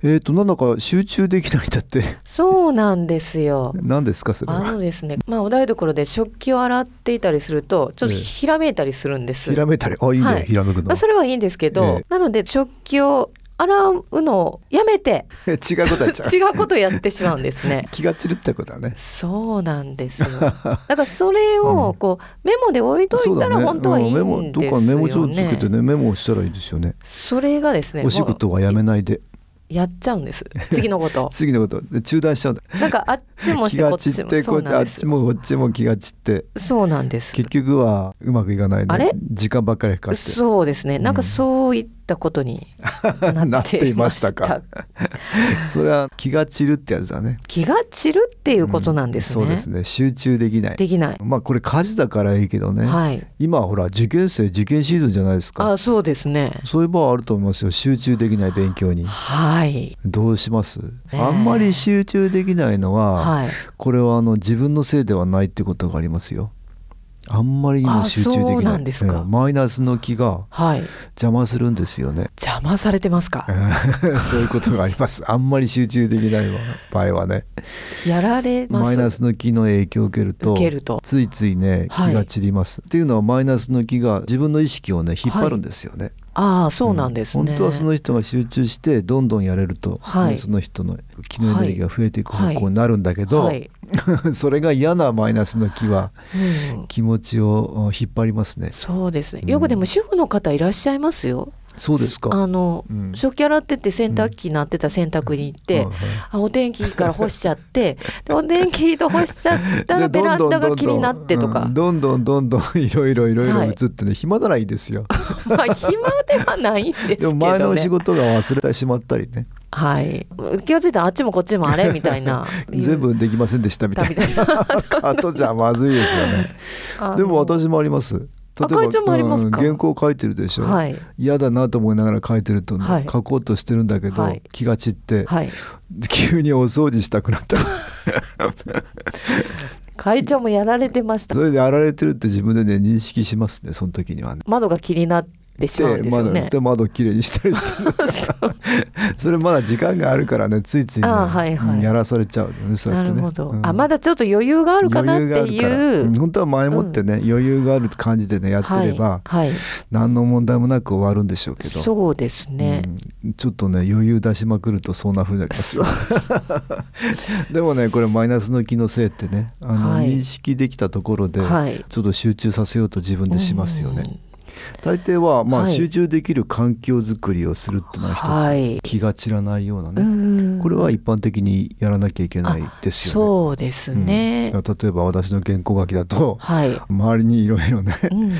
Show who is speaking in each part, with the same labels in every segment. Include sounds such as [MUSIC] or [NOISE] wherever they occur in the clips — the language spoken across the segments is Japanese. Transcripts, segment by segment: Speaker 1: えーとなんだか集中できないんだって
Speaker 2: そうなんですよ。
Speaker 1: 何ですかそれ
Speaker 2: あ
Speaker 1: は
Speaker 2: のですね、まあお台所で食器を洗っていたりすると、ちょっとひらめいたりするんです。
Speaker 1: ひらめいたりあいいね、
Speaker 2: はい
Speaker 1: ひらめくの
Speaker 2: まあそれはいいんですけど、
Speaker 1: え
Speaker 2: なので食器を洗うのをやめて
Speaker 1: [LAUGHS] 違うことやっちゃう
Speaker 2: [LAUGHS] 違うことをやってしまうんですね。
Speaker 1: 気が散るってことだね
Speaker 2: そうなん
Speaker 1: [LAUGHS]
Speaker 2: ですよ。だからそれをこう、メモで置いと
Speaker 1: そ
Speaker 2: いうた
Speaker 1: だ
Speaker 2: ら
Speaker 1: ね
Speaker 2: 本当はいいんですよね。
Speaker 1: うんメモどっかメモ帳つけてねメモをしたらいいですよね
Speaker 2: それがですね、
Speaker 1: お仕事はやめ
Speaker 2: も
Speaker 1: ないで。
Speaker 2: うやっちゃうんです。次のこと
Speaker 1: [LAUGHS]
Speaker 2: を
Speaker 1: 次のことで中断しちゃうんだ
Speaker 2: なんかあっちも
Speaker 1: 気
Speaker 2: してこ
Speaker 1: が
Speaker 2: っ
Speaker 1: 散
Speaker 2: ち
Speaker 1: っ
Speaker 2: も
Speaker 1: て
Speaker 2: そ
Speaker 1: こ
Speaker 2: う
Speaker 1: っち
Speaker 2: な
Speaker 1: あ
Speaker 2: ん
Speaker 1: っ
Speaker 2: です
Speaker 1: ち。もこっちも気が散って
Speaker 2: そうなんです。
Speaker 1: 結局はうまくいかない
Speaker 2: あ
Speaker 1: ね
Speaker 2: れ
Speaker 1: 時間ばっかりかかって
Speaker 2: そうですね。な
Speaker 1: う
Speaker 2: ん
Speaker 1: ん
Speaker 2: かそういったことにな
Speaker 1: なっ
Speaker 2: ってて
Speaker 1: い
Speaker 2: い
Speaker 1: ま
Speaker 2: ま
Speaker 1: し
Speaker 2: したた
Speaker 1: かそれは気が散るってやつだね
Speaker 2: 気が散るっていうことなんですね。
Speaker 1: そうですね集中できない
Speaker 2: できない。
Speaker 1: まあこれ家事だからいいけどね、
Speaker 2: はい。
Speaker 1: 今はほら受験生受験シーズンじゃないですか
Speaker 2: あ、そうですね。
Speaker 1: そういう場はあると思いますよ集中できない勉強に
Speaker 2: はい。
Speaker 1: どうします、
Speaker 2: え
Speaker 1: あんまり集中できないのは、
Speaker 2: はい。
Speaker 1: これはあの自分のせいではないってことがありますよあんまりにも集中できない
Speaker 2: あそうなんですか
Speaker 1: うんマイナスの気が
Speaker 2: はい。
Speaker 1: 邪魔するんですよね
Speaker 2: 邪魔されてますか。
Speaker 1: そういうことがあり
Speaker 2: [LAUGHS]
Speaker 1: ますあんまり集中できない場合はね
Speaker 2: やられます。
Speaker 1: マイナスの気の影響を受けると
Speaker 2: 受けると
Speaker 1: ついついね
Speaker 2: はい
Speaker 1: 気が散ります、っていうのはマイナスの気が自分の意識をね引っ張るんですよね、
Speaker 2: ああ、そうなんですね。
Speaker 1: 本当はその人が集中してどんどんやれると、
Speaker 2: はい
Speaker 1: その人の気のエネルギーが増えていく方向になるんだけど、
Speaker 2: はい。
Speaker 1: [LAUGHS] それが嫌なマイナスの気は
Speaker 2: うん。
Speaker 1: 気持ちを引っ張りますね。
Speaker 2: そうですね
Speaker 1: う。ん
Speaker 2: よくでも主婦の方いらっしゃいますよ。
Speaker 1: そうですか。
Speaker 2: あの、
Speaker 1: うん
Speaker 2: 食器洗ってて洗濯機なってたら洗濯に行って、
Speaker 1: うんうん
Speaker 2: あお天気いいから干しちゃって
Speaker 1: [LAUGHS]
Speaker 2: でお天気いいと干しちゃったら
Speaker 1: で
Speaker 2: ベ
Speaker 1: ど
Speaker 2: ラ
Speaker 1: んど
Speaker 2: ン
Speaker 1: んど
Speaker 2: ダ
Speaker 1: んどん
Speaker 2: が気になってと
Speaker 1: う
Speaker 2: か
Speaker 1: ん、どんどんどん
Speaker 2: [LAUGHS]
Speaker 1: どんいろいろいろいろ
Speaker 2: はい
Speaker 1: 移ってね、暇ならいいですよ。
Speaker 2: まあ暇ではないんですけ
Speaker 1: で
Speaker 2: ど、
Speaker 1: も
Speaker 2: ね、
Speaker 1: 前の仕事が忘れてしまったりね、
Speaker 2: はい気が付いたらあっちもこっちもあれみたいな
Speaker 1: [LAUGHS] 全部できませんでしたみた [LAUGHS] いな。
Speaker 2: みたい [LAUGHS] な
Speaker 1: あとじゃまずいですよね。
Speaker 2: あの
Speaker 1: でも私もあります。例
Speaker 2: あ
Speaker 1: えば
Speaker 2: 会長もありますか
Speaker 1: うん原稿書いてるでしょ。
Speaker 2: はい
Speaker 1: 嫌だなと思いながら書いてるとね、
Speaker 2: はい
Speaker 1: 書こうとしてるんだけど、
Speaker 2: はい
Speaker 1: 気が散って、
Speaker 2: はい
Speaker 1: 急にお掃除したくなった
Speaker 2: [LAUGHS]
Speaker 1: り
Speaker 2: 会長もやられてました
Speaker 1: それでやられてるって自分でね認識しますねその時にはね。
Speaker 2: 窓が気になってしまうんですよ
Speaker 1: 窓
Speaker 2: ね、
Speaker 1: して窓きれいにしたりして
Speaker 2: [LAUGHS]
Speaker 1: それまだ時間があるからねついついね、
Speaker 2: あーはいはい
Speaker 1: うんやらされちゃうのねそうや
Speaker 2: な
Speaker 1: って
Speaker 2: る
Speaker 1: ね。
Speaker 2: ほど、
Speaker 1: うん
Speaker 2: あまだちょっと余裕があるかなって
Speaker 1: 余裕があるから
Speaker 2: い
Speaker 1: うん
Speaker 2: う
Speaker 1: 本当は前もってね、余裕がある感じでねやってれば、
Speaker 2: はいはい、
Speaker 1: 何の問題もなく終わるんでしょうけど
Speaker 2: そうですね、
Speaker 1: うんちょっとね余裕出しまくるとそんな風になりますよ [LAUGHS] でもねこれマイナスの気のせいってねあの、
Speaker 2: はい
Speaker 1: 認識できたところで、
Speaker 2: はい
Speaker 1: ちょっと集中させようと自分でしますよね、大抵は、まあ
Speaker 2: はい
Speaker 1: 集中できる環境づくりをするっていうのは一つ、
Speaker 2: はい
Speaker 1: 気が散らないような
Speaker 2: う
Speaker 1: ね、
Speaker 2: ん
Speaker 1: これは一般的にやらなきゃいけないですよね。
Speaker 2: そうですね。
Speaker 1: うん例えば私の原稿書きだと
Speaker 2: はい。
Speaker 1: 周りにいろいろね
Speaker 2: うん
Speaker 1: 例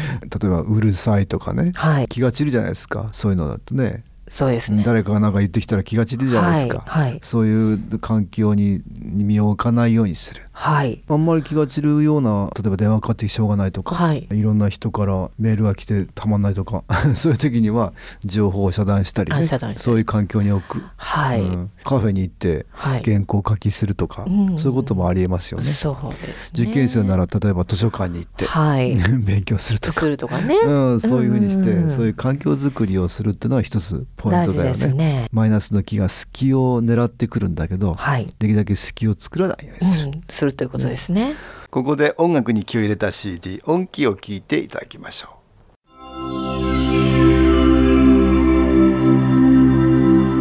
Speaker 1: えば「うるさい」とかね
Speaker 2: はい。
Speaker 1: 気が散るじゃないですかそういうのだとね
Speaker 2: そうですね。
Speaker 1: 誰かが何か言ってきたら気が散るじゃないですか、
Speaker 2: はい。はい。
Speaker 1: そういう環境に身を置かないようにする
Speaker 2: はい。
Speaker 1: あんまり気が散るような例えば電話かかってきてしょうがないとか、
Speaker 2: はい。
Speaker 1: いろんな人からメールが来てたまんないとか [LAUGHS] そういう時には情報を遮断したり、ね
Speaker 2: あ遮断した、り
Speaker 1: そういう環境に置く、
Speaker 2: はい。
Speaker 1: うんカフェに行って
Speaker 2: はい。
Speaker 1: 原稿を書きするとか、
Speaker 2: うん
Speaker 1: そういうこともありえますよね。
Speaker 2: そうですね。
Speaker 1: 受験生なら例えば図書館に行って、
Speaker 2: はい。
Speaker 1: [LAUGHS] 勉強するとか
Speaker 2: するとかね。
Speaker 1: うん、そういうふうにして、
Speaker 2: うんうんうん
Speaker 1: そういう環境づくりをするっていうのは一つポイン
Speaker 2: 大
Speaker 1: ト
Speaker 2: 事
Speaker 1: だよ
Speaker 2: です
Speaker 1: ね。
Speaker 2: ね。
Speaker 1: マイナスの気が隙を狙ってくるんだけど、
Speaker 2: はい。
Speaker 1: できるだけ隙を作らないように
Speaker 2: う
Speaker 1: する。
Speaker 2: ん、するということですね。
Speaker 1: ここで音楽に気を入れた CD 音気を聞いていただきましょう。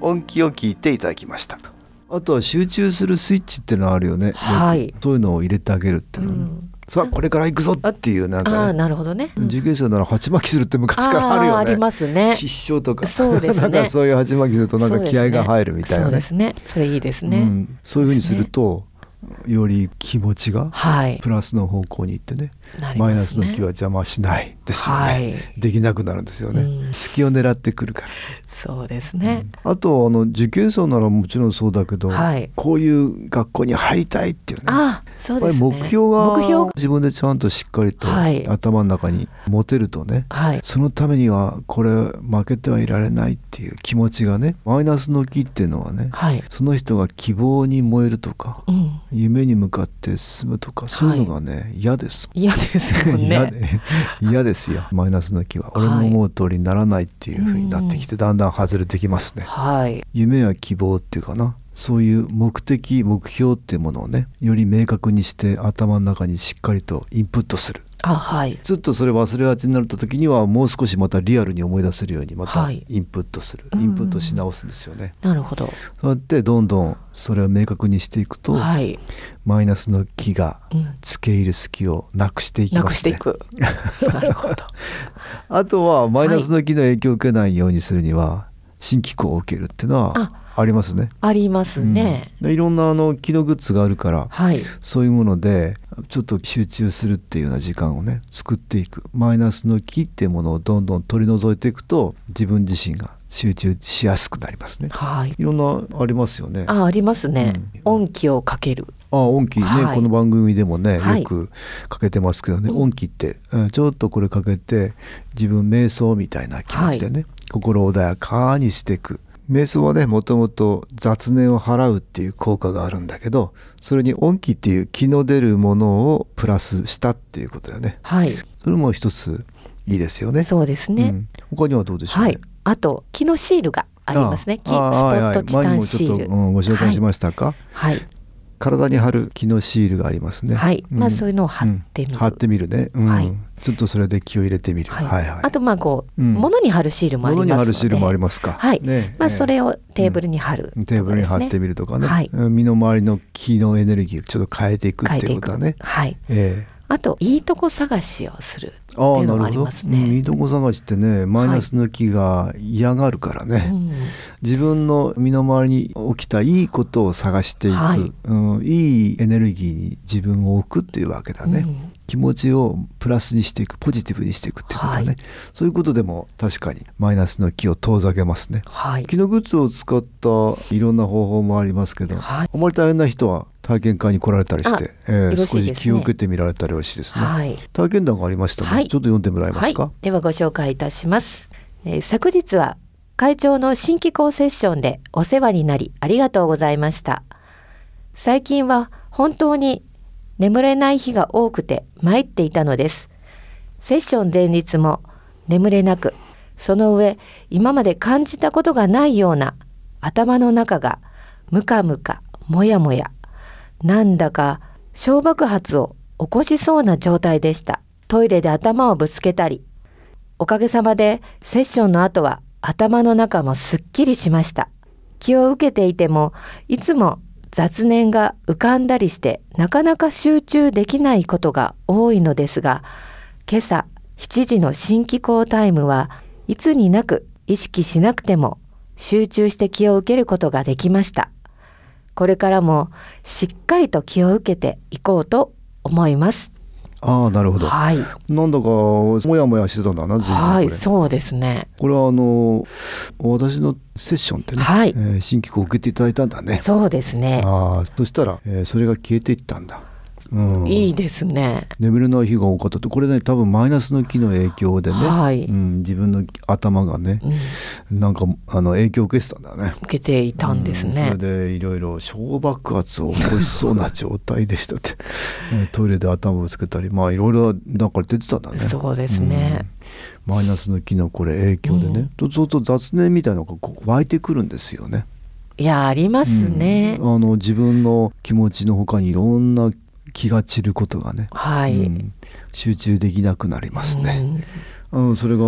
Speaker 3: 音機を聞いていただきました
Speaker 1: あとは集中するスイッチってのはあるよね、
Speaker 2: はい
Speaker 1: そういうのを入れてあげるっていうのはね、
Speaker 2: うん
Speaker 1: さあこれから行くぞっていうなん
Speaker 2: あ
Speaker 1: か
Speaker 2: あ
Speaker 1: ね
Speaker 2: なるほどね。
Speaker 1: 受験生なら鉢巻きするって昔からある
Speaker 2: あー
Speaker 1: よ
Speaker 2: あ
Speaker 1: ね
Speaker 2: りますね。
Speaker 1: 必勝とか
Speaker 2: そうですね
Speaker 1: [LAUGHS] なんかそういう鉢巻きするとなんか気合が入るみたいな
Speaker 2: そう
Speaker 1: ね
Speaker 2: ですね。それいいですね。
Speaker 1: うん、そういうふうにするとより気持ちが
Speaker 2: はい。
Speaker 1: プラスの方向に行ってね
Speaker 2: なりますね
Speaker 1: マイナスの気は邪魔しないですよね、
Speaker 2: はい
Speaker 1: できなくなるんですよね、
Speaker 2: うん
Speaker 1: 隙を狙ってくるから
Speaker 2: そうですね。
Speaker 1: あとあの受験生ならもちろんそうだけど、
Speaker 2: はい
Speaker 1: こういう学校に入りたいっていうね
Speaker 2: ああそう
Speaker 1: やっ
Speaker 2: で
Speaker 1: ぱり
Speaker 2: すね。
Speaker 1: 目標が
Speaker 2: 目標
Speaker 1: 自分でちゃんとしっかりと
Speaker 2: はい
Speaker 1: 頭の中に持てるとね、
Speaker 2: はい。
Speaker 1: そのためにはこれ負けてはいられないっていう気持ちがねマイナスの気っていうのはね
Speaker 2: はい。
Speaker 1: その人が希望に燃えるとか
Speaker 2: うん。
Speaker 1: 夢に向かって進むとかそういうのがね、嫌です
Speaker 2: 嫌ですもん
Speaker 1: [LAUGHS] 嫌
Speaker 2: ね。
Speaker 1: で嫌ですよマイナスの気は俺の思う通りにならないっていう風になってきてだんだん外れてきますね
Speaker 2: はい。
Speaker 1: 夢や希望っていうかなそういう目的目標っていうものをねより明確にして頭の中にしっかりとインプットする
Speaker 2: あはい。
Speaker 1: ずっとそれ忘れがちになった時にはもう少しまたリアルに思い出せるようにまた
Speaker 2: はい
Speaker 1: インプットする、
Speaker 2: うん
Speaker 1: インプットし直すんですよね、
Speaker 2: なるほど。
Speaker 1: そうやってどんどんそれを明確にしていくと、
Speaker 2: はい。
Speaker 1: マイナスの気が
Speaker 2: うん。
Speaker 1: 付け入る隙をなくしていき
Speaker 2: な
Speaker 1: ま
Speaker 2: くし
Speaker 1: す
Speaker 2: て
Speaker 1: ね
Speaker 2: いく。なるほど。 [LAUGHS]
Speaker 1: あとはマイナスの気の影響を受けないようにするには新機構を受けるっていうのはありますね
Speaker 2: ありますね。
Speaker 1: うんでいろんなあの気のグッズがあるから
Speaker 2: はい。
Speaker 1: そういうものでちょっと集中するっていうような時間をね作っていくマイナスの気っていうものをどんどん取り除いていくと自分自身が集中しやすくなりますね
Speaker 2: はい。
Speaker 1: いろんなありますよねあ
Speaker 2: あありますね。
Speaker 1: う
Speaker 2: 音気をかける。
Speaker 1: 音機ね、
Speaker 2: はい
Speaker 1: この番組でもね
Speaker 2: はい
Speaker 1: よくかけてますけどね、音機って、うんちょっとこれかけて自分瞑想みたいな気持ちでね、心穏やかにしていく瞑想はねもともと雑念を払うっていう効果があるんだけどそれに音機っていう気の出るものをプラスしたっていうことだよね
Speaker 2: はい。
Speaker 1: それも一ついいですよね。
Speaker 2: そうですね。
Speaker 1: うん他にはどうでしょう
Speaker 2: は
Speaker 1: ね。
Speaker 2: い。あと木のシールがありますね。木スポ
Speaker 1: ああ
Speaker 2: ッ
Speaker 1: はいは
Speaker 2: ト
Speaker 1: い
Speaker 2: チタンシー
Speaker 1: 前
Speaker 2: ル。
Speaker 1: にもちょっと、うん、ご紹介し
Speaker 2: は
Speaker 1: ましたか、
Speaker 2: い。はい。
Speaker 1: 体に貼る木のシールがありますね。
Speaker 2: はい
Speaker 1: うん
Speaker 2: まあそういうのを貼ってみる
Speaker 1: うん貼ってみるね。うん
Speaker 2: はい
Speaker 1: ちょっとそれで気を入れてみる。
Speaker 2: は
Speaker 1: はいいはい。
Speaker 2: あとまあこう、
Speaker 1: うん
Speaker 2: 物に貼るシールもあります
Speaker 1: 物
Speaker 2: の
Speaker 1: に貼
Speaker 2: で。
Speaker 1: るシールもありますか。
Speaker 2: はい
Speaker 1: ね
Speaker 2: まあ
Speaker 1: ええ
Speaker 2: それをテーブルに貼る、
Speaker 1: テーブルに貼ってみ
Speaker 2: る
Speaker 1: るとかね。
Speaker 2: はい
Speaker 1: うん身の回りの気のエネルギーをちょっと変えていくっていうことだね。
Speaker 2: はい。
Speaker 1: ええ
Speaker 2: あといいとこ探しをするって
Speaker 1: ああ
Speaker 2: いうのも
Speaker 1: な
Speaker 2: あ
Speaker 1: る
Speaker 2: り
Speaker 1: ほど
Speaker 2: ます
Speaker 1: うんい
Speaker 2: ね
Speaker 1: い。とこ探しってねマイナスの気が嫌がるからね、
Speaker 2: うん
Speaker 1: 自分の身の回りに起きたいいことを探していく、
Speaker 2: はい
Speaker 1: いうん、いいエネルギーに自分を置くっていうわけだね、
Speaker 2: うん
Speaker 1: 気持ちをプラスにしていくポジティブにしていくっていうことね、
Speaker 2: はい
Speaker 1: そういうことでも確かにマイナスの気を遠ざけますね
Speaker 2: はい。
Speaker 1: 気のグッズを使ったいろんな方法もありますけど、
Speaker 2: はい
Speaker 1: あまり大変な人は体験会に来られたりして
Speaker 2: あ、
Speaker 1: え
Speaker 2: よ
Speaker 1: ー
Speaker 2: ろしいです
Speaker 1: 少
Speaker 2: ね
Speaker 1: し気を受けてみられたらよろしいですね、
Speaker 2: はい。
Speaker 1: 体験談がありましたね、
Speaker 2: はい
Speaker 1: ちょっと読んでもらえま
Speaker 2: は
Speaker 1: す
Speaker 2: い
Speaker 1: か、、
Speaker 2: ではご紹介いたします、えー昨日は会長の新機構セッションでお世話になりありがとうございました最近は本当に眠れない日が多くて参っていたのですセッション前日も眠れなくその上今まで感じたことがないような頭の中がムカムカモヤモヤなんだか小爆発を起こしそうな状態でしたトイレで頭をぶつけたりおかげさまでセッションの後は頭の中もすっきりしました気を受けていてもいつも雑念が浮かんだりしてなかなか集中できないことが多いのですが今朝7時の新機構タイムはいつになく意識しなくても集中して気を受けることができましたこれからもしっかりと気を受けていこうと思います
Speaker 1: ああなるほど
Speaker 2: はい
Speaker 1: なんだかモヤモヤしてたんだな自分
Speaker 2: はい
Speaker 1: これ
Speaker 2: そうですね
Speaker 1: これはあの私のセッションってね、
Speaker 2: はい
Speaker 1: えー新規を受けていただいたんだね
Speaker 2: そうですね
Speaker 1: ああそしたら、えーそれが消えていったんだ、うん、
Speaker 2: いいですね
Speaker 1: 眠れない日が多かったってこれね多分マイナスの気の影響でね、
Speaker 2: はい
Speaker 1: うん、自分の頭がね
Speaker 2: うん、
Speaker 1: なんかあの影響を受けてたんだね
Speaker 2: 受けていたんですね
Speaker 1: うんそれでいろいろ小爆発を起こしそうな状態でしたって [LAUGHS] うんトイレで頭をぶつけたりまあいろいろなんか出てたんだね
Speaker 2: そうですね
Speaker 1: うんマイナスの機能これ影響でね、とずっと雑念みたいなのがこう湧いてくるんですよね。
Speaker 2: いやありますね、
Speaker 1: うんあの自分の気持ちのほかにいろんな気が散ることがね、
Speaker 2: はい、
Speaker 1: うん集中できなくなりますね。うんそれが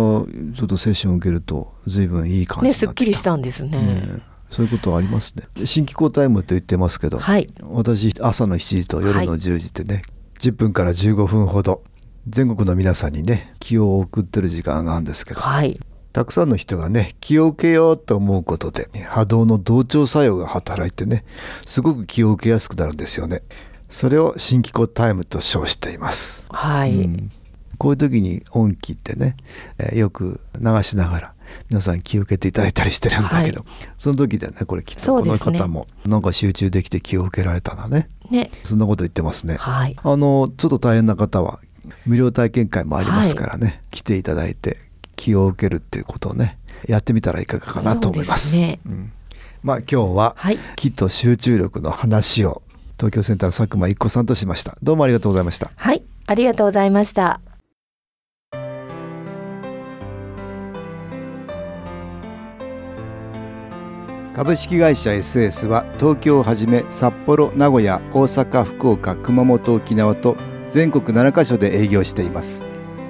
Speaker 1: ちょっとセッションを受けると随分いい感じにな
Speaker 2: ね
Speaker 1: ってき
Speaker 2: す
Speaker 1: た
Speaker 2: っきりしたんですね
Speaker 1: ねえそういうことはありますね新機構タイムと言ってますけど、
Speaker 2: はい
Speaker 1: 私朝の7時と夜の10時ってね、10分から15分ほど全国の皆さんにね気を送ってる時間があるんですけど、
Speaker 2: はい
Speaker 1: たくさんの人がね気を受けようと思うことで波動の同調作用が働いてねすごく気を受けやすくなるんですよねそれを新機構タイムと称しています、
Speaker 2: はい、
Speaker 1: うんこういう時に音機ってね、えーよく流しながら皆さん気を受けていただいたりしてるんだけど、その時だよねこれきっと
Speaker 2: そう
Speaker 1: こ
Speaker 2: で
Speaker 1: の
Speaker 2: すね
Speaker 1: 方もなんか集中できて気を受けられたなね
Speaker 2: ね
Speaker 1: そんなこと言ってますね、
Speaker 2: はい
Speaker 1: あのちょっと大変な方は無料体験会もありますからね、来ていただいて気を受けるっていうことをねやってみたらいかがかなと思います。
Speaker 2: そうですね
Speaker 1: うんまあ今日は、
Speaker 2: はい
Speaker 1: 気と集中力の話を東京センターの佐久間一子さんとしました。どうもありがとうございました。
Speaker 2: はいありがとうございました
Speaker 1: 株式会社 SS は東京をはじめ札幌名古屋大阪福岡熊本沖縄と全国7カ所で営業しています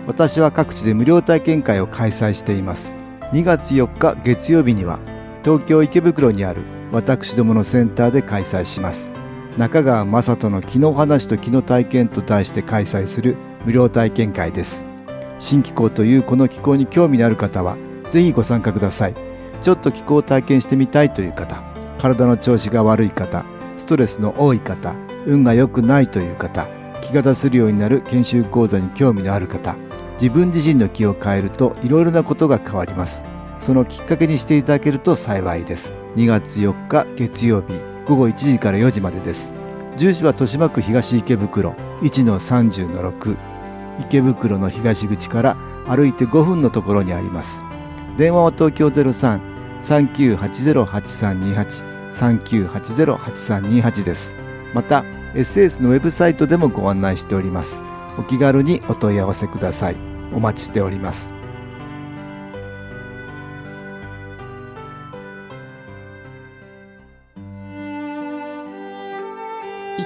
Speaker 1: 私は各地で無料体験会を開催しています2月4日月曜日には東京池袋にある私どものセンターで開催します中川雅人の気の話と気の体験と題して開催する無料体験会です新機構というこの機構に興味のある方はぜひご参加くださいちょっと気候を体験してみたいという方体の調子が悪い方ストレスの多い方運が良くないという方気が出せるようになる研修講座に興味のある方自分自身の気を変えるといろいろなことが変わりますそのきっかけにしていただけると幸いです2月4日月曜日午後1時から4時までです住所は豊島区東池袋1-30-6池袋の東口から歩いて5分のところにあります電話は東京ゼロ三三九八ゼロ八三二八三九八ゼロ八三二八です。また SS のウェブサイトでもご案内しております。お気軽にお問い合わせください。お待ちしております。
Speaker 4: い